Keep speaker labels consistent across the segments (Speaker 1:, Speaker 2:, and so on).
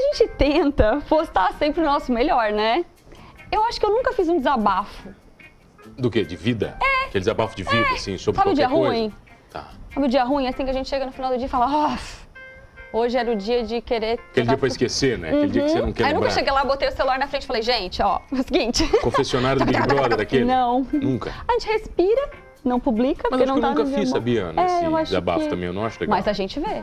Speaker 1: gente tenta postar sempre o nosso melhor, né? Eu acho que eu nunca fiz um desabafo.
Speaker 2: Do quê? De vida? É. Aquele desabafo de vida, assim, sobre
Speaker 1: Sabe o
Speaker 2: qualquer
Speaker 1: dia
Speaker 2: coisa.
Speaker 1: ruim?
Speaker 2: Tá.
Speaker 1: Sabe o dia ruim? Assim que a gente chega no final do dia e fala, "Of, hoje era o dia de querer...
Speaker 2: Aquele dia pra esquecer, né? Aquele dia que você não quer
Speaker 1: Uhum. Aí eu nunca
Speaker 2: lembrar.
Speaker 1: cheguei lá, botei o celular na frente e falei, gente, ó, é o seguinte...
Speaker 2: Confessionário do Big Brother daquele?
Speaker 1: Não.
Speaker 2: Nunca.
Speaker 1: A gente respira, não publica,
Speaker 2: Mas
Speaker 1: porque
Speaker 2: acho que
Speaker 1: não
Speaker 2: eu
Speaker 1: tá
Speaker 2: nunca
Speaker 1: no
Speaker 2: fiz,
Speaker 1: jornal.
Speaker 2: sabia,
Speaker 1: É,
Speaker 2: nesse
Speaker 1: eu acho
Speaker 2: desabafo
Speaker 1: que-
Speaker 2: também, eu não acho legal.
Speaker 1: Mas a gente vê.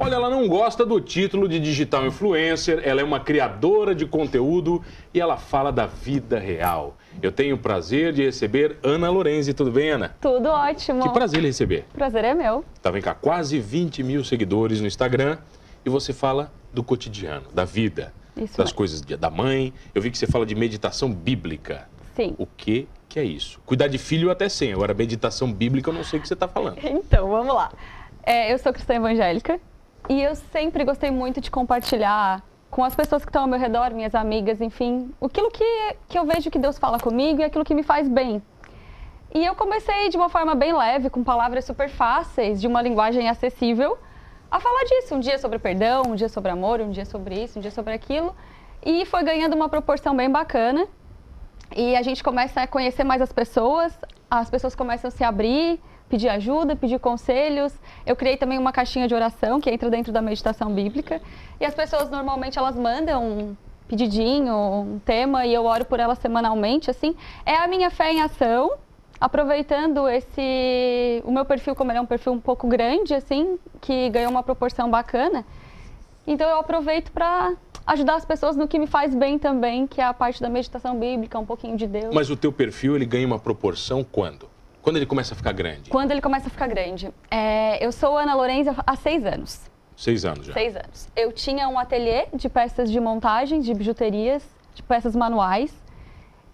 Speaker 2: Olha, ela não gosta do título de digital influencer, ela é uma criadora de conteúdo e ela fala da vida real. Eu tenho o prazer de receber Ana Lorenzi. Tudo bem, Ana?
Speaker 1: Tudo ótimo.
Speaker 2: Que prazer lhe receber.
Speaker 1: Prazer é meu.
Speaker 2: Tá, vem cá, quase 20 mil seguidores no Instagram e você fala do cotidiano, da vida,
Speaker 1: Isso é.
Speaker 2: das
Speaker 1: mesmo.
Speaker 2: coisas de- da mãe. Eu vi que você fala de meditação bíblica.
Speaker 1: Sim.
Speaker 2: O que que é isso? Cuidar de filho até 100, agora meditação bíblica eu não sei o que você está falando.
Speaker 1: Então, vamos lá. É, eu sou cristã evangélica e eu sempre gostei muito de compartilhar com as pessoas que estão ao meu redor, minhas amigas, enfim, aquilo que, que eu vejo que Deus fala comigo e aquilo que me faz bem. E eu comecei de uma forma bem leve, com palavras super fáceis, de uma linguagem acessível, a falar disso. Um dia sobre perdão, um dia sobre amor, um dia sobre isso, um dia sobre aquilo. E foi ganhando uma proporção bem bacana. E a gente começa a conhecer mais as pessoas, as pessoas começam a se abrir, pedir ajuda, pedir conselhos. Eu criei também uma caixinha de oração que entra dentro da meditação bíblica. E as pessoas normalmente elas mandam um pedidinho, um tema e eu oro por elas semanalmente, assim. É a minha fé em ação, aproveitando esse o meu perfil como ele é um perfil um pouco grande assim, que ganhou uma proporção bacana. Então eu aproveito para ajudar as pessoas no que me faz bem também, que é a parte da meditação bíblica, um pouquinho de Deus.
Speaker 2: Mas o teu perfil ele ganha uma proporção quando? Quando ele começa a ficar grande?
Speaker 1: Quando ele começa a ficar grande? É, eu sou Ana Lourença há seis anos.
Speaker 2: Seis anos já.
Speaker 1: Seis anos. Eu tinha um ateliê de peças de montagem, de bijuterias, de peças manuais.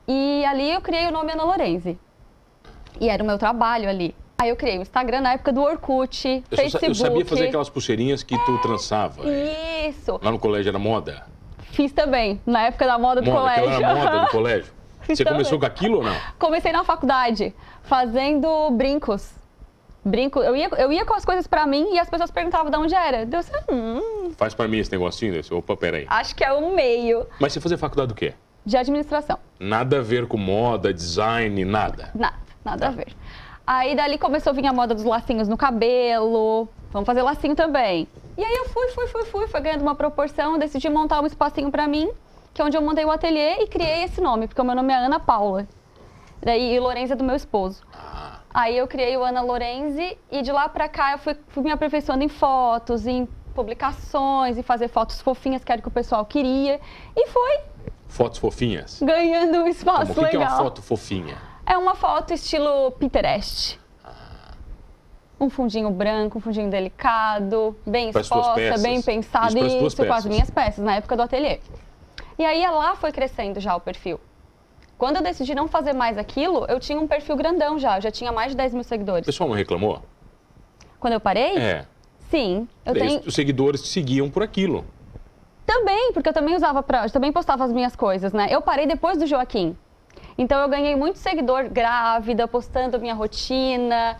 Speaker 1: E ali eu criei o nome Ana Lorenzi. E era o meu trabalho ali. Aí eu criei o Instagram na época do Orkut,
Speaker 2: Eu, só sa-
Speaker 1: Facebook.
Speaker 2: eu sabia fazer aquelas pulseirinhas que tu trançava. é.
Speaker 1: Isso!
Speaker 2: Lá no colégio era moda?
Speaker 1: Fiz também, na época da moda do
Speaker 2: moda, aquilo
Speaker 1: colégio. Então, é.
Speaker 2: era moda né? do colégio.
Speaker 1: Fiz
Speaker 2: Você começou
Speaker 1: também.
Speaker 2: com aquilo ou não?
Speaker 1: Comecei na faculdade, fazendo brincos. Brinco, eu ia, eu ia com as coisas pra mim e as pessoas perguntavam de onde era. Deu certo. Hum,
Speaker 2: Faz pra mim esse negocinho desse. Opa, peraí.
Speaker 1: acho que é um meio
Speaker 2: Mas você fazia faculdade do quê?
Speaker 1: de administração.
Speaker 2: Nada a ver com moda, design, nada.
Speaker 1: Nada, nada a ver. Aí dali começou a vir a moda dos lacinhos no cabelo. Vamos fazer lacinho também. E aí eu fui, fui, fui, fui, foi ganhando uma proporção, decidi montar um espacinho pra mim, que é onde eu montei o ateliê e criei esse nome, porque o meu nome é Ana Paula. Daí e Lorenza é do meu esposo.
Speaker 2: Ah,
Speaker 1: Aí eu criei o Ana Lorenzi e de lá pra cá eu fui, fui me aperfeiçoando em fotos, em publicações, em fazer fotos fofinhas que era o que o pessoal queria. E foi
Speaker 2: Fotos fofinhas.
Speaker 1: ganhando um
Speaker 2: Como,
Speaker 1: espaço
Speaker 2: o que, que é
Speaker 1: legal.
Speaker 2: uma foto fofinha?
Speaker 1: É uma foto estilo Pinterest.
Speaker 2: Ah.
Speaker 1: Um fundinho branco, um fundinho delicado, bem
Speaker 2: Pras tuas
Speaker 1: exposta,
Speaker 2: peças.
Speaker 1: bem
Speaker 2: Isso
Speaker 1: pensado
Speaker 2: pras
Speaker 1: e
Speaker 2: tuas
Speaker 1: isso com as
Speaker 2: peças.
Speaker 1: minhas peças, na época do ateliê. E aí lá foi crescendo já o perfil. Quando eu decidi não fazer mais aquilo, eu tinha um perfil grandão já, eu já tinha mais de 10 mil
Speaker 2: O
Speaker 1: seguidores.
Speaker 2: pessoal não reclamou?
Speaker 1: Quando eu parei,
Speaker 2: É.
Speaker 1: sim, eu
Speaker 2: Daí
Speaker 1: tenho
Speaker 2: Os seguidores te seguiam por aquilo.
Speaker 1: Também, porque eu também usava pra, eu também postava as minhas coisas, né? Eu parei depois do Joaquim. Então eu ganhei muito seguidor grávida, postando a minha rotina,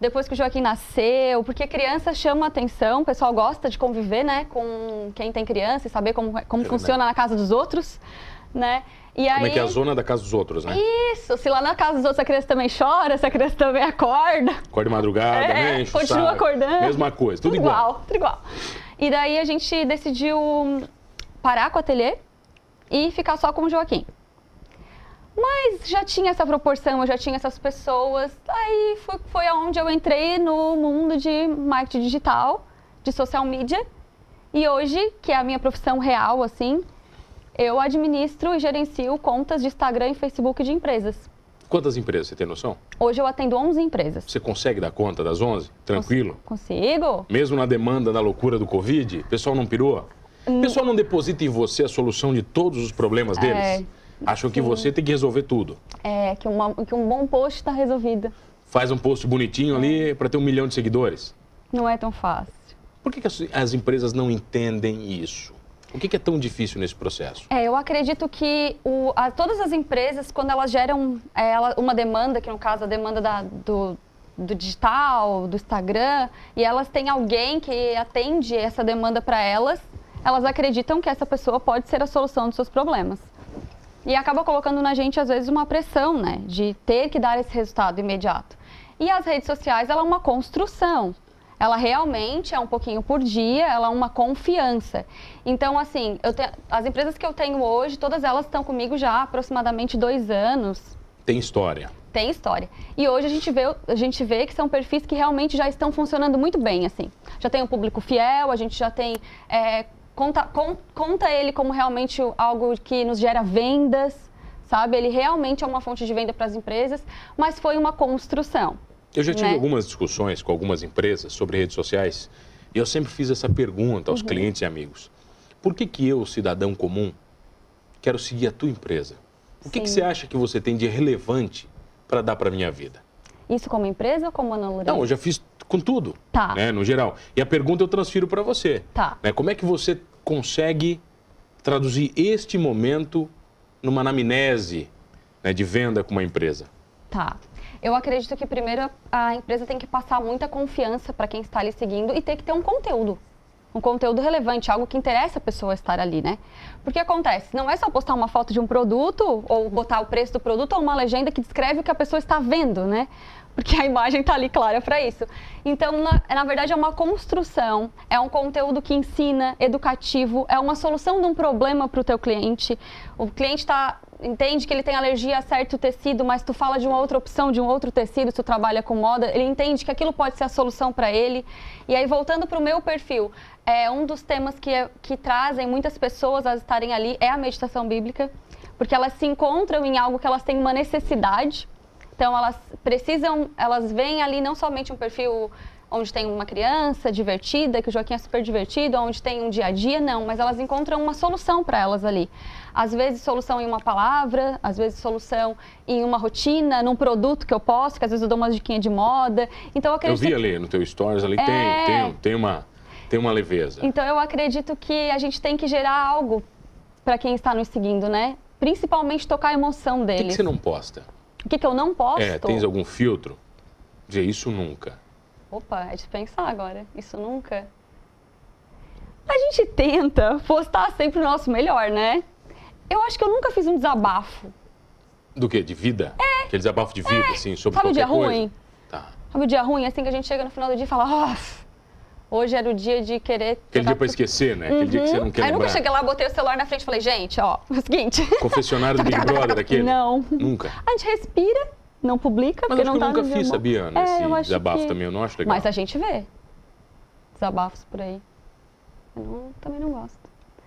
Speaker 1: depois que o Joaquim nasceu, porque criança chama a atenção, o pessoal gosta de conviver, né, com quem tem criança e saber como, como
Speaker 2: É verdade.
Speaker 1: funciona na casa dos outros, né? E aí
Speaker 2: Como é que é a zona da casa dos outros, né?
Speaker 1: isso, se lá na casa dos outros a criança também chora, se a criança também acorda.
Speaker 2: Acorda de madrugada,
Speaker 1: É,
Speaker 2: né? Enche o
Speaker 1: continua
Speaker 2: saco.
Speaker 1: acordando.
Speaker 2: Mesma coisa, tudo igual.
Speaker 1: igual. Tudo igual. E daí a gente decidiu parar com o ateliê e ficar só com o Joaquim. Mas já tinha essa proporção, eu já tinha essas pessoas. Aí foi, foi aonde eu entrei no mundo de marketing digital, de social media. E hoje, que é a minha profissão real, assim, eu administro e gerencio contas de Instagram e Facebook de empresas.
Speaker 2: Quantas empresas, você tem noção?
Speaker 1: Hoje eu atendo 11 empresas.
Speaker 2: Você consegue dar conta das 11? Tranquilo?
Speaker 1: Consigo?
Speaker 2: Mesmo na demanda da loucura do Covid, o pessoal não pirou?
Speaker 1: Hum.
Speaker 2: O pessoal não deposita em você a solução de todos os problemas deles?
Speaker 1: É,
Speaker 2: Acham que você tem que resolver tudo.
Speaker 1: É, que, uma- que um bom post está resolvido.
Speaker 2: faz um post bonitinho ali para ter um milhão de seguidores.
Speaker 1: Não é tão fácil.
Speaker 2: Por que, que as, as empresas não entendem isso? O que, que é tão difícil nesse processo?
Speaker 1: É, eu acredito que o- a- todas as empresas, quando elas geram é, ela- uma demanda, que no caso a demanda da- do, do digital, do Instagram, e elas têm alguém que atende essa demanda para elas, elas acreditam que essa pessoa pode ser a solução dos seus problemas. E acaba colocando na gente, às vezes, uma pressão, né? De ter que dar esse resultado imediato. E as redes sociais, ela é uma construção. Ela realmente é um pouquinho por dia, ela é uma confiança. Então, assim, eu te- as empresas que eu tenho hoje, todas elas estão comigo já há aproximadamente dois anos.
Speaker 2: Tem história.
Speaker 1: Tem história. E hoje a gente, vê, a gente vê que são perfis que realmente já estão funcionando muito bem, assim. Já tem um público fiel, a gente já tem... é, conta, con- conta ele como realmente o- algo que nos gera vendas, sabe? Ele realmente é uma fonte de venda para as empresas, mas foi uma construção.
Speaker 2: Eu já tive
Speaker 1: Né?
Speaker 2: algumas discussões com algumas empresas sobre redes sociais e eu sempre fiz essa pergunta
Speaker 1: Uhum.
Speaker 2: aos clientes e amigos. Por que, que eu, cidadão comum, quero seguir a tua empresa? O que, que
Speaker 1: Sim.
Speaker 2: você acha que você tem de relevante para dar para minha vida?
Speaker 1: Isso como empresa ou como Ana Lourenço?
Speaker 2: Não, eu já fiz com tudo,
Speaker 1: Tá.
Speaker 2: né, no geral. E a pergunta eu transfiro para você.
Speaker 1: Tá.
Speaker 2: né? Como é que você consegue traduzir este momento numa anamnese né, de venda com uma empresa?
Speaker 1: Tá. Eu acredito que primeiro a empresa tem que passar muita confiança para quem está ali seguindo e tem que ter um conteúdo. Um conteúdo relevante, algo que interessa a pessoa estar ali, né? Porque acontece, não é só postar uma foto de um produto ou botar o preço do produto ou uma legenda que descreve o que a pessoa está vendo, né? Porque a imagem está ali clara para isso. Então, na, na verdade, é uma construção, é um conteúdo que ensina, educativo, é uma solução de um problema para o teu cliente. O cliente está entende que ele tem alergia a certo tecido, mas tu fala de uma outra opção, de um outro tecido, se tu trabalha com moda, ele entende que aquilo pode ser a solução para ele. E aí, voltando para o meu perfil, é um dos temas que, é- que trazem muitas pessoas a estarem ali é a meditação bíblica, porque elas se encontram em algo que elas têm uma necessidade. Então, elas precisam, elas veem ali não somente um perfil onde tem uma criança divertida, que o Joaquim é super divertido, onde tem um dia a dia, não, mas elas encontram uma solução para elas ali. Às vezes, solução em uma palavra, às vezes, solução em uma rotina, num produto que eu posto, que às vezes eu dou umas diquinhas de moda. Então, eu
Speaker 2: Eu
Speaker 1: acredito
Speaker 2: vi ali no teu stories, ali tem,
Speaker 1: É.
Speaker 2: tem, tem, uma, tem uma leveza.
Speaker 1: Então eu acredito que a gente tem que gerar algo para quem está nos seguindo, né? Principalmente tocar a emoção
Speaker 2: O que, que
Speaker 1: deles.
Speaker 2: você não posta?
Speaker 1: O que, que eu não posto?
Speaker 2: É, tens algum filtro? Dizer isso nunca.
Speaker 1: Opa, é de pensar agora. Isso nunca. A gente tenta postar sempre o nosso melhor, né? Eu acho que eu nunca fiz um desabafo.
Speaker 2: Do quê? De vida? É. Aquele desabafo de vida, assim, sobre
Speaker 1: Sabe o dia
Speaker 2: qualquer coisa?
Speaker 1: ruim?
Speaker 2: Tá.
Speaker 1: Sabe o dia ruim? Assim que a gente chega no final do dia e fala, "Of, hoje era o dia de querer...
Speaker 2: Aquele dia
Speaker 1: levar
Speaker 2: pra
Speaker 1: pro-
Speaker 2: esquecer, né? Aquele dia que você não quer
Speaker 1: Uhum. Aí eu nunca
Speaker 2: lembrar.
Speaker 1: cheguei lá, botei o celular na frente e falei, gente, ó, é o seguinte...
Speaker 2: Confessionário do Big Brother daquele?
Speaker 1: Não.
Speaker 2: Nunca.
Speaker 1: A gente respira, não publica,
Speaker 2: Mas
Speaker 1: porque não
Speaker 2: acho que eu
Speaker 1: tá
Speaker 2: nunca
Speaker 1: no
Speaker 2: fiz,
Speaker 1: jornal.
Speaker 2: sabia, Ana,
Speaker 1: É,
Speaker 2: esse
Speaker 1: eu acho
Speaker 2: desabafo
Speaker 1: que-
Speaker 2: também, eu não acho legal.
Speaker 1: Mas a gente vê desabafos por aí. Eu não- também não gosto.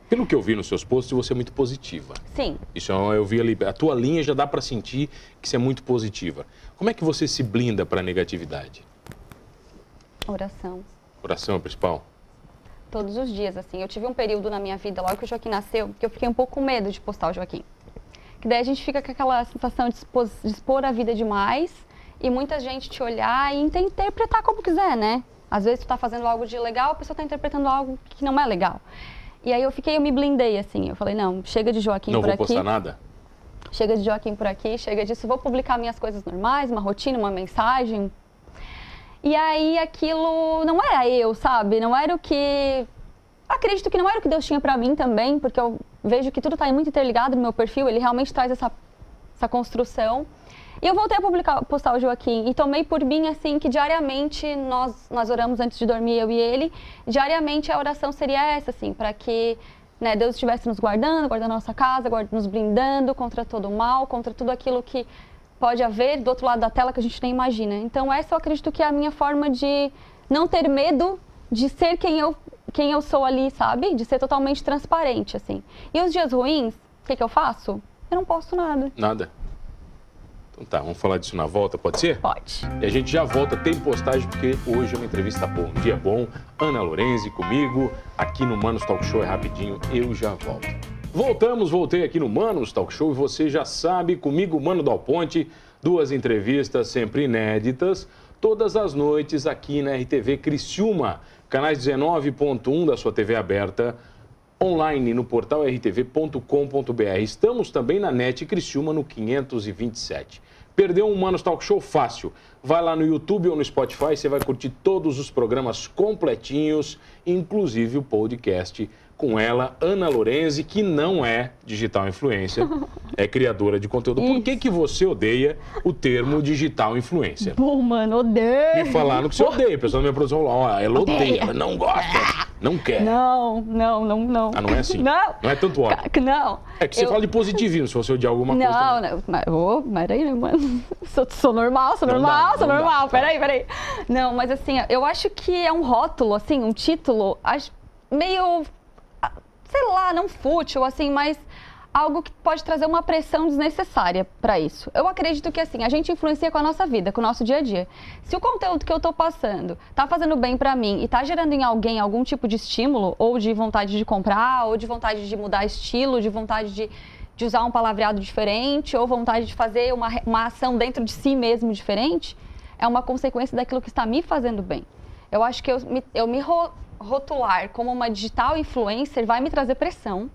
Speaker 2: Pelo que eu vi nos seus posts, você é muito positiva.
Speaker 1: Sim,
Speaker 2: Isso é eu vi ali. A tua linha já dá pra sentir que você é muito positiva. Como é que você se blinda pra negatividade?
Speaker 1: oração.
Speaker 2: Coração é o principal?
Speaker 1: Todos os dias, assim. Eu tive um período na minha vida, logo que o Joaquim nasceu, que eu fiquei um pouco com medo de postar o Joaquim. Que daí a gente fica com aquela sensação de expor, de expor a vida demais e muita gente te olhar e inte- interpretar como quiser, né? Às vezes tu tá fazendo algo de legal, a pessoa tá interpretando algo que não é legal. E aí eu fiquei, eu me blindei, assim. Eu falei, não, chega de Joaquim
Speaker 2: não
Speaker 1: por
Speaker 2: vou
Speaker 1: aqui.
Speaker 2: postar nada?
Speaker 1: Chega de Joaquim por aqui, chega disso, vou publicar minhas coisas normais, uma rotina, uma mensagem. E aí aquilo não era eu, sabe? Não era o que. Acredito que não era o que Deus tinha pra mim também, porque eu vejo que tudo tá muito interligado no meu perfil, ele realmente traz essa, essa construção. E eu voltei a publicar, postar o Joaquim e tomei por mim assim que diariamente nós nós oramos antes de dormir eu e ele. Diariamente a oração seria essa assim, para que né, Deus estivesse nos guardando, guardando a nossa casa, guard- nos blindando contra todo o mal, contra tudo aquilo que pode haver do outro lado da tela que a gente nem imagina. Então essa eu acredito que é a minha forma de não ter medo de ser quem eu quem eu sou ali, sabe? De ser totalmente transparente assim. E os dias ruins, o que que eu faço? Eu não posto nada.
Speaker 2: Nada? Então tá, vamos falar disso na volta, pode ser?
Speaker 1: Pode.
Speaker 2: E a gente já volta, tem postagem, porque hoje é uma entrevista boa. Um dia bom, Ana Lorenzi comigo, aqui no Manos Talk Show é rapidinho, eu já volto. Voltamos, voltei aqui no Manos Talk Show e você já sabe, comigo, Mano Dal Ponte, Duas entrevistas sempre inéditas, todas as noites aqui na RTV Criciúma, canais 19.1 da sua TV aberta, online no portal rtv.com.br. Estamos também na NET Criciúma no 527. Perdeu um Manos Talk Show fácil. Vai lá no YouTube ou no Spotify, você vai curtir todos os programas completinhos, inclusive o podcast com ela, Ana Lorenzi, que não é digital influencer, é criadora de conteúdo. Por que, que você odeia o termo digital influencer?
Speaker 1: Pô, mano, odeio.
Speaker 2: Me falaram que você odeia, o pessoal da minha produção falou, ó, ela odeia, ela não gosta, não quer.
Speaker 1: Não, não, não, não.
Speaker 2: né? Ah, não é assim?
Speaker 1: Não.
Speaker 2: Não é tanto ódio.
Speaker 1: Ca- Não.
Speaker 2: É que você
Speaker 1: Eu-
Speaker 2: fala de positivismo, se você odiar alguma coisa. né?
Speaker 1: Não,
Speaker 2: também.
Speaker 1: não, mas, ô, peraí, né, mano? Sou, sou normal, sou
Speaker 2: Não
Speaker 1: normal,
Speaker 2: dá,
Speaker 1: sou
Speaker 2: não dá,
Speaker 1: normal,
Speaker 2: tá.
Speaker 1: peraí, peraí. Não, mas assim, eu acho que é um rótulo, assim, um título acho, meio, ah, sei lá, não fútil, assim, mas algo que pode trazer uma pressão desnecessária pra isso. Eu acredito que, assim, a gente influencia com a nossa vida, com o nosso dia a dia. Se o conteúdo que eu tô passando tá fazendo bem pra mim e tá gerando em alguém algum tipo de estímulo, ou de vontade de comprar, ou de vontade de mudar estilo, de vontade de de usar um palavreado diferente ou vontade de fazer uma, re- uma ação dentro de si mesmo diferente, é uma consequência daquilo que está me fazendo bem. Eu acho que eu me, eu me ro- rotular como uma digital influencer vai me trazer pressão.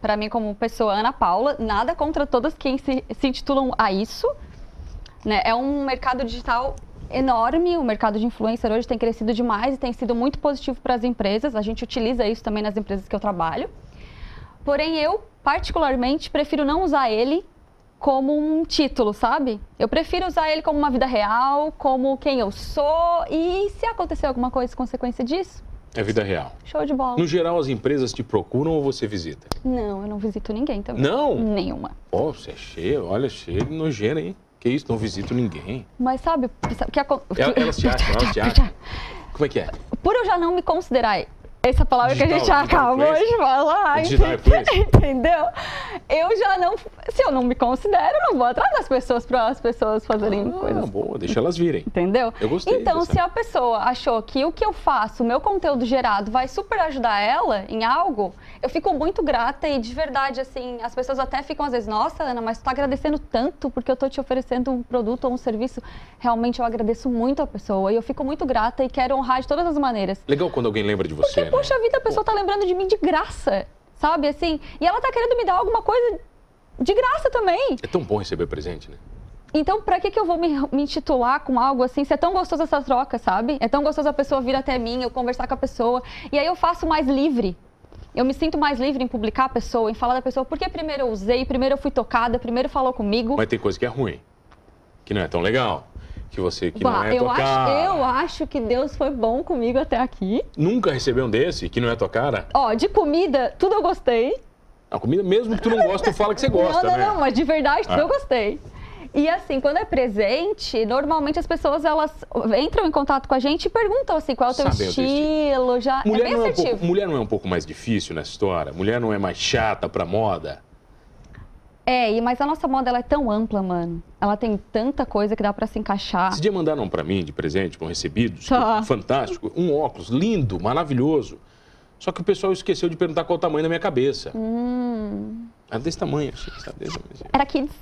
Speaker 1: Para mim, como pessoa, Ana Paula, nada contra todas quem se, se intitulam a isso. né? É um mercado digital enorme, o mercado de influencer hoje tem crescido demais e tem sido muito positivo para as empresas. A gente utiliza isso também nas empresas que eu trabalho. Porém, eu, particularmente, prefiro não usar ele como um título, sabe? Eu prefiro usar ele como uma vida real, como quem eu sou e se acontecer alguma coisa consequência disso,
Speaker 2: É vida real.
Speaker 1: show de bola.
Speaker 2: No geral, as empresas te procuram ou você visita?
Speaker 1: Não, eu não visito ninguém também.
Speaker 2: Não?
Speaker 1: Nenhuma.
Speaker 2: Ó, você é cheio, olha, cheio de nojeira, hein? Que isso, não visito ninguém.
Speaker 1: Mas sabe, sabe o que acontece?
Speaker 2: Ela- elas te acham, elas te acham. Como é que é?
Speaker 1: Por eu já não me considerar essa palavra que a gente
Speaker 2: Digital, digital
Speaker 1: acabou de
Speaker 2: influencer.
Speaker 1: falar,
Speaker 2: Digital influencer.
Speaker 1: entendeu? Eu já não, se eu não me considero, eu não vou atrás das pessoas para as pessoas fazerem
Speaker 2: Ah,
Speaker 1: coisas
Speaker 2: boa, deixa elas virem.
Speaker 1: Entendeu?
Speaker 2: Eu gostei
Speaker 1: Então,
Speaker 2: dessa.
Speaker 1: se a pessoa achou que o que eu faço, o meu conteúdo gerado, vai super ajudar ela em algo, eu fico muito grata e de verdade, assim, as pessoas até ficam às vezes, nossa, Ana, mas tu tá agradecendo tanto porque eu tô te oferecendo um produto ou um serviço. Realmente eu agradeço muito a pessoa e eu fico muito grata e quero honrar de todas as maneiras.
Speaker 2: Legal quando alguém lembra de você,
Speaker 1: Porque,
Speaker 2: né?
Speaker 1: poxa vida, a pessoa tá lembrando de mim de graça, sabe? Assim, e ela tá querendo me dar alguma coisa de graça também.
Speaker 2: É tão bom receber presente, né?
Speaker 1: Então, pra que, que eu vou me, me intitular com algo assim? Se é tão gostoso essa troca, sabe? É tão gostoso a pessoa vir até mim, eu conversar com a pessoa. E aí eu faço mais livre. Eu me sinto mais livre em publicar a pessoa, em falar da pessoa. Porque primeiro eu usei, primeiro eu fui tocada, primeiro falou comigo.
Speaker 2: Mas tem coisa que é ruim, que não é tão legal, que você que não
Speaker 1: Bah,
Speaker 2: é
Speaker 1: eu,
Speaker 2: tua
Speaker 1: acho,
Speaker 2: cara.
Speaker 1: eu acho que Deus foi bom comigo até aqui.
Speaker 2: Nunca recebeu um desse, que não é tua cara?
Speaker 1: Ó, de comida, tudo eu gostei.
Speaker 2: A comida, mesmo que tu não gosta, tu fala que você gosta,
Speaker 1: não, não,
Speaker 2: né?
Speaker 1: não, mas de verdade,
Speaker 2: Ah.
Speaker 1: eu gostei. E assim, quando é presente, normalmente as pessoas elas entram em contato com a gente e perguntam assim, qual é o teu
Speaker 2: Sabem o teu
Speaker 1: estilo, já é
Speaker 2: Mulher,
Speaker 1: bem
Speaker 2: não é um
Speaker 1: assertivo.
Speaker 2: pouco, mulher não é um pouco mais difícil nessa história? Mulher não é mais chata pra moda?
Speaker 1: É, e- mas a nossa moda ela é tão ampla, mano. Ela tem tanta coisa que dá pra se encaixar.
Speaker 2: Esse dia mandaram pra mim de presente, com recebidos,
Speaker 1: Ah. Tá.
Speaker 2: que- fantástico, um óculos lindo, maravilhoso. Só que o pessoal esqueceu de perguntar qual o tamanho da minha cabeça.
Speaker 1: Hum.
Speaker 2: Era desse tamanho, assim, sabe? Desse tamanho, assim.
Speaker 1: Era kids.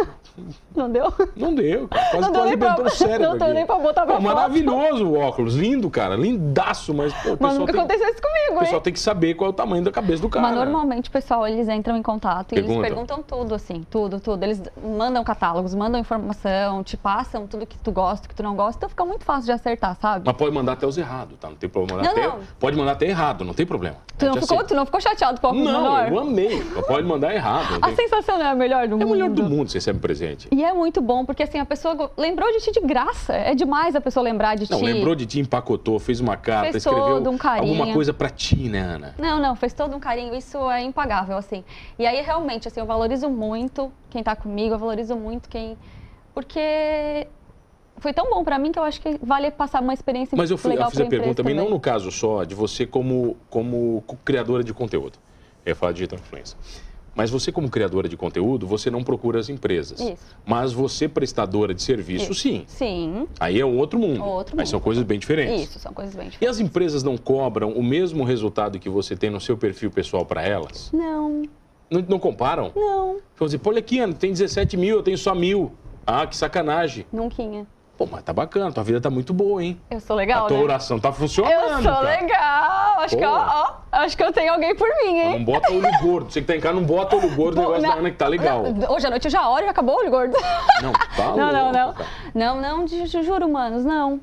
Speaker 1: Não deu?
Speaker 2: Não deu, cara. quase
Speaker 1: Não deu
Speaker 2: quase
Speaker 1: nem pra-
Speaker 2: arrebentou o cérebro
Speaker 1: não deu
Speaker 2: aqui.
Speaker 1: nem pra botar pra
Speaker 2: Pô,
Speaker 1: foto.
Speaker 2: Maravilhoso o óculos, lindo, cara, lindaço, mas pô, o
Speaker 1: Mas
Speaker 2: pessoal,
Speaker 1: nunca
Speaker 2: tem,
Speaker 1: aconteceu isso
Speaker 2: o
Speaker 1: comigo,
Speaker 2: pessoal
Speaker 1: hein?
Speaker 2: tem que saber qual é o tamanho da cabeça do cara.
Speaker 1: Mas normalmente, pessoal, eles entram em contato e eles
Speaker 2: Perguntam.
Speaker 1: perguntam tudo, assim, tudo, tudo. Eles mandam catálogos, mandam informação, te passam tudo que tu gosta, que tu não gosta, então fica muito fácil de acertar, sabe?
Speaker 2: Mas pode mandar até os errados, tá? Não tem problema. Mandar
Speaker 1: Não,
Speaker 2: até-
Speaker 1: não.
Speaker 2: Pode mandar até errado, não tem problema.
Speaker 1: Tu não,
Speaker 2: A gente
Speaker 1: ficou,
Speaker 2: aceita.
Speaker 1: tu não ficou chateado com o óculos
Speaker 2: Não,
Speaker 1: menor?
Speaker 2: eu amei. Mas Pode mandar errado. não
Speaker 1: A
Speaker 2: tem-
Speaker 1: sensação não é a melhor do
Speaker 2: É
Speaker 1: mundo.
Speaker 2: o melhor do mundo, você recebe presente.
Speaker 1: E é muito bom, porque assim, a pessoa go- lembrou de ti de graça. É demais a pessoa lembrar de
Speaker 2: Não,
Speaker 1: ti.
Speaker 2: lembrou de ti, empacotou, fez uma carta,
Speaker 1: Fez
Speaker 2: escreveu
Speaker 1: todo um carinho.
Speaker 2: alguma coisa pra ti, né, Ana?
Speaker 1: Não, não, fez todo um carinho, isso é impagável, assim. E aí, realmente, assim, eu valorizo muito quem tá comigo, eu valorizo muito quem... Porque foi tão bom pra mim que eu acho que vale passar uma experiência
Speaker 2: Mas eu, fui- eu
Speaker 1: legal
Speaker 2: fiz a
Speaker 1: pra empresa
Speaker 2: pergunta também, não
Speaker 1: também.
Speaker 2: no caso só de você como, como co- criadora de conteúdo. Eu ia falar de digital influencer. Mas você como criadora de conteúdo, você não procura as empresas.
Speaker 1: Isso.
Speaker 2: Mas você prestadora de serviço,
Speaker 1: Isso.
Speaker 2: sim.
Speaker 1: Sim,
Speaker 2: Aí é um outro mundo.
Speaker 1: Outro
Speaker 2: Mas são
Speaker 1: mundo.
Speaker 2: coisas bem diferentes.
Speaker 1: isso, são coisas bem
Speaker 2: É E
Speaker 1: diferentes.
Speaker 2: as empresas não cobram o mesmo resultado que você tem no seu perfil pessoal para elas?
Speaker 1: Não,
Speaker 2: Não, não comparam? Tipo assim,
Speaker 1: não.
Speaker 2: Vão dizer, pô, olha aqui, Ana, tem 17 mil, eu tenho só mil. Ah, que sacanagem.
Speaker 1: Nunquinha.
Speaker 2: Pô, mas tá bacana, tua vida tá muito boa, hein?
Speaker 1: Eu sou legal,
Speaker 2: a tua
Speaker 1: né?
Speaker 2: oração tá funcionando.
Speaker 1: Eu sou
Speaker 2: cara.
Speaker 1: legal. Acho que,
Speaker 2: Pô.
Speaker 1: ó, ó, acho que eu tenho alguém por mim,
Speaker 2: Mas
Speaker 1: hein?
Speaker 2: Não bota olho gordo. Você que tá em casa, não bota olho gordo, o
Speaker 1: Pô,
Speaker 2: negócio
Speaker 1: não.
Speaker 2: da Ana que tá legal.
Speaker 1: Não, Hoje à noite eu já oro e já acabou o olho gordo.
Speaker 2: Não, tá
Speaker 1: Não, não,
Speaker 2: louco,
Speaker 1: não.
Speaker 2: cara.
Speaker 1: Não, não, ju- ju- juro, manos, não.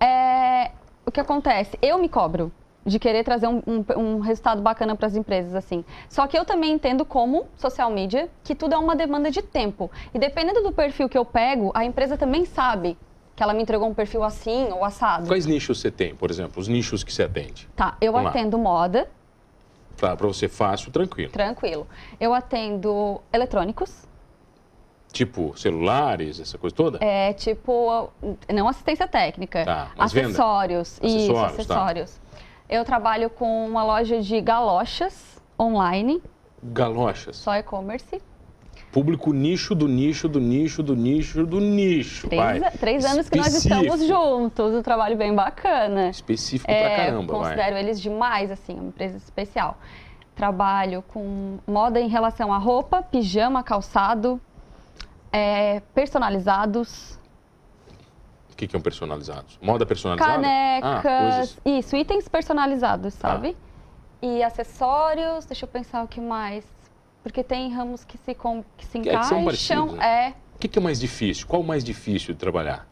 Speaker 1: É, o que acontece? Eu me cobro de querer trazer um, um- um resultado bacana para as empresas, assim. Só que eu também entendo como social media que tudo é uma demanda de tempo. E dependendo do perfil que eu pego, a empresa também sabe que ela me entregou um perfil assim ou assado.
Speaker 2: Quais nichos você tem, por exemplo? Os nichos que você atende?
Speaker 1: Tá, eu
Speaker 2: Vamos lá.
Speaker 1: atendo moda,
Speaker 2: Tá, pra você fácil, tranquilo.
Speaker 1: tranquilo. Eu atendo eletrônicos,
Speaker 2: Tipo, celulares, essa coisa toda?
Speaker 1: É tipo, não assistência técnica.
Speaker 2: Tá, mas venda?
Speaker 1: acessórios. Isso,
Speaker 2: Acessórios, tá.
Speaker 1: acessórios. Eu trabalho com uma loja de galochas online,
Speaker 2: Galochas.
Speaker 1: só e-commerce.
Speaker 2: Público nicho do nicho do nicho do nicho do nicho. vai.
Speaker 1: Três, a- três anos que nós
Speaker 2: Específico.
Speaker 1: estamos juntos, um trabalho bem bacana.
Speaker 2: Específico pra
Speaker 1: É,
Speaker 2: caramba, vai.
Speaker 1: considero eles demais, assim, uma empresa especial. Trabalho com moda em relação a roupa, pijama, calçado, é, personalizados,
Speaker 2: O que, que é um personalizado? Moda personalizada? Ah,
Speaker 1: canecas,
Speaker 2: coisas.
Speaker 1: isso, itens personalizados,
Speaker 2: Tá.
Speaker 1: sabe? E acessórios, deixa eu pensar o que mais. Porque tem ramos que se, com, que se
Speaker 2: É, que são
Speaker 1: encaixam.
Speaker 2: parecidos,
Speaker 1: é,
Speaker 2: O que, que é mais difícil? Qual o mais difícil de trabalhar?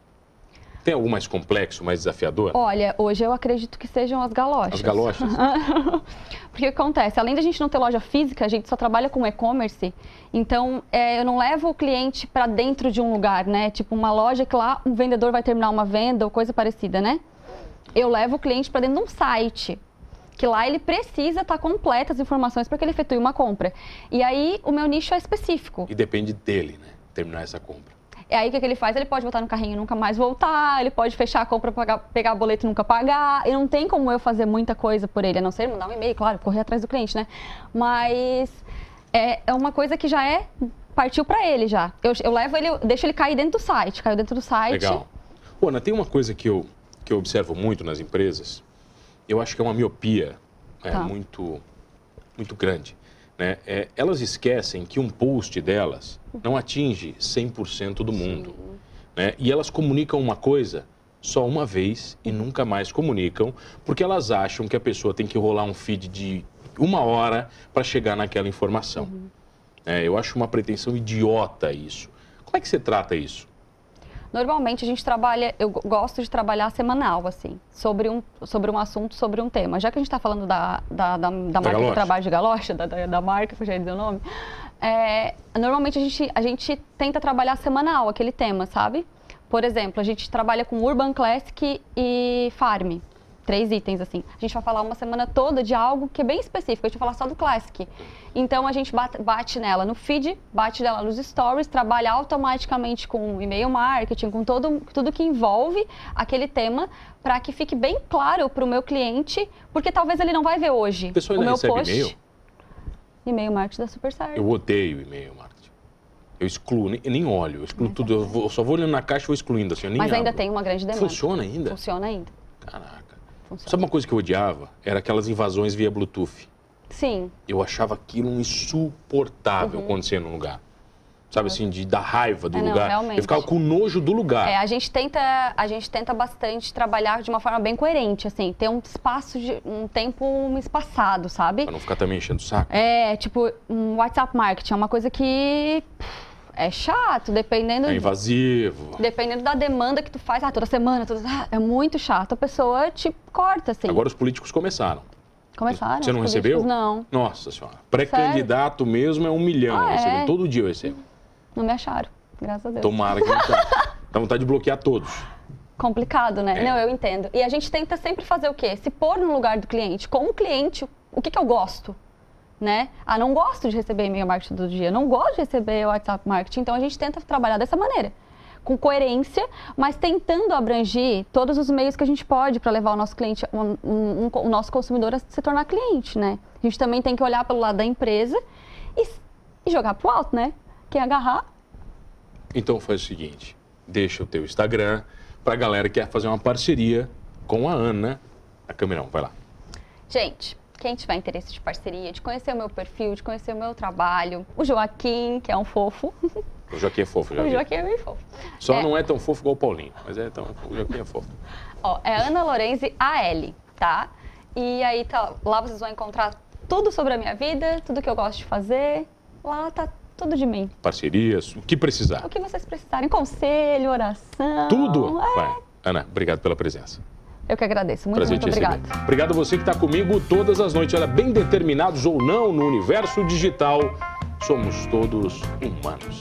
Speaker 2: Tem algum mais complexo, mais desafiador?
Speaker 1: olha, hoje eu acredito que sejam as galochas.
Speaker 2: As galochas?
Speaker 1: Porque o que acontece, além da gente não ter loja física, a gente só trabalha com e-commerce. Então, é, eu não levo o cliente para dentro de um lugar, né? Tipo uma loja que lá um vendedor vai terminar uma venda ou coisa parecida, né? Eu levo o cliente para dentro de um site. Que lá ele precisa estar completas as informações para que ele efetue uma compra. E aí o meu nicho é específico.
Speaker 2: E depende dele, né? Terminar essa compra.
Speaker 1: É aí o que, que ele faz? Ele pode botar no carrinho e nunca mais voltar, ele pode fechar a compra, pagar, pegar boleto e nunca pagar. E não tem como eu fazer muita coisa por ele, a não ser mandar um e-mail, claro, correr atrás do cliente, né? Mas é, é uma coisa que já é. Partiu pra ele já. Eu, eu levo ele, eu deixo ele cair dentro do site. Caiu dentro do site.
Speaker 2: Legal. Ô, Ana, tem uma coisa que eu, que eu observo muito nas empresas. Eu acho que é uma miopia é,
Speaker 1: Tá.
Speaker 2: muito, muito grande. Né? É, elas esquecem que um post delas não atinge 100% do mundo. Né? E elas comunicam uma coisa só uma vez e nunca mais comunicam, porque elas acham que a pessoa tem que rolar um feed de uma hora para chegar naquela informação.
Speaker 1: Uhum.
Speaker 2: É, eu acho uma pretensão idiota isso. Como é que você trata isso?
Speaker 1: Normalmente a gente trabalha, eu go- gosto de trabalhar semanal, assim, sobre um, sobre um assunto, sobre um tema. Já que a gente está falando da, da, da, da marca
Speaker 2: galocha.
Speaker 1: do trabalho de galocha, da, da, da marca, que eu já ia dizer o nome, é, normalmente a gente, a gente tenta trabalhar semanal aquele tema, sabe? Por exemplo, a gente trabalha com Urban Classic e Farm. Três itens, assim. A gente vai falar uma semana toda de algo que é bem específico. A gente vai falar só do Classic. Então, a gente bate, bate nela no feed, bate nela nos stories, trabalha automaticamente com e-mail marketing, com todo, tudo que envolve aquele tema, para que fique bem claro para o meu cliente, porque talvez ele não vai ver hoje
Speaker 2: O pessoal
Speaker 1: o
Speaker 2: ainda
Speaker 1: meu
Speaker 2: recebe
Speaker 1: post.
Speaker 2: e-mail?
Speaker 1: E-mail marketing dá super certo.
Speaker 2: Eu odeio e-mail marketing. Eu excluo, nem, nem olho, eu excluo tudo. Eu, vou- eu só vou olhando na caixa e vou excluindo assim. Eu nem
Speaker 1: é Mas ainda
Speaker 2: abro.
Speaker 1: tem uma grande demanda.
Speaker 2: Funciona ainda?
Speaker 1: Funciona ainda.
Speaker 2: Caraca.
Speaker 1: Funciona.
Speaker 2: Sabe uma coisa que eu odiava? Era aquelas invasões via Bluetooth.
Speaker 1: Sim.
Speaker 2: Eu achava aquilo um insuportável acontecer num lugar. Sabe assim, de dar raiva do
Speaker 1: Uhum. É, não,
Speaker 2: lugar.
Speaker 1: realmente.
Speaker 2: Eu ficava com nojo do lugar.
Speaker 1: É, a gente tenta, a gente tenta bastante trabalhar de uma forma bem coerente, assim, ter um espaço de um tempo espaçado, sabe?
Speaker 2: Pra não ficar também enchendo o saco.
Speaker 1: É, tipo, um WhatsApp marketing é uma coisa que pff, é chato, dependendo
Speaker 2: É invasivo.
Speaker 1: dependendo da demanda que tu faz, ah, toda semana, toda, ah, é muito chato, a pessoa te corta assim.
Speaker 2: Agora os políticos começaram.
Speaker 1: Começaram.
Speaker 2: Você não
Speaker 1: os
Speaker 2: recebeu?
Speaker 1: políticos, Não,
Speaker 2: Nossa senhora. Pré-candidato mesmo é um milhão.
Speaker 1: Ah,
Speaker 2: eu recebo.
Speaker 1: é?
Speaker 2: Todo dia eu recebo.
Speaker 1: não me acharam. Graças a Deus.
Speaker 2: Tomara que não tá. Dá vontade de bloquear todos.
Speaker 1: Complicado, né?
Speaker 2: É.
Speaker 1: Não, eu entendo. E a gente tenta sempre fazer o quê? Se pôr no lugar do cliente. Com o cliente, o que, que eu gosto? Né? Ah, não gosto de receber e-mail marketing todo dia, não gosto de receber WhatsApp marketing, então a gente tenta trabalhar dessa maneira. Com coerência, mas tentando abranger todos os meios que a gente pode para levar o nosso cliente, um- um- um co- o nosso consumidor a se tornar cliente, né? A gente também tem que olhar pelo lado da empresa e, s- e jogar pro alto, né? Quem agarrar,
Speaker 2: Então faz o seguinte, deixa o teu Instagram pra galera que quer fazer uma parceria com a Ana. A câmera não, vai lá.
Speaker 1: Gente, quem tiver interesse de parceria, de conhecer o meu perfil, de conhecer o meu trabalho, o Joaquim, que é um fofo,
Speaker 2: O Joaquim é fofo, já
Speaker 1: O
Speaker 2: vi.
Speaker 1: Joaquim é meio fofo.
Speaker 2: Só
Speaker 1: É.
Speaker 2: não é tão fofo igual o Paulinho, mas é tão, o Joaquim é fofo.
Speaker 1: Ó, é Ana Lorenzi AL, tá? E aí tá, lá vocês vão encontrar tudo sobre a minha vida, tudo que eu gosto de fazer. Lá tá tudo de mim.
Speaker 2: Parcerias, o que precisar.
Speaker 1: O que vocês precisarem, conselho, oração.
Speaker 2: Tudo
Speaker 1: É,
Speaker 2: vai. Ana, obrigado pela presença.
Speaker 1: Eu que agradeço. Muito,
Speaker 2: Prazer
Speaker 1: muito
Speaker 2: te receber.
Speaker 1: obrigada.
Speaker 2: Obrigado a você que está comigo todas as noites. Olha, bem determinados ou não, no universo digital, somos todos humanos.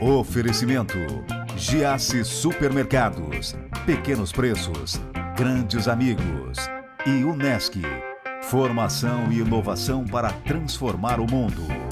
Speaker 3: Oferecimento: Giasse Supermercados, pequenos preços, grandes amigos e Unesc. Formação e inovação para transformar o mundo.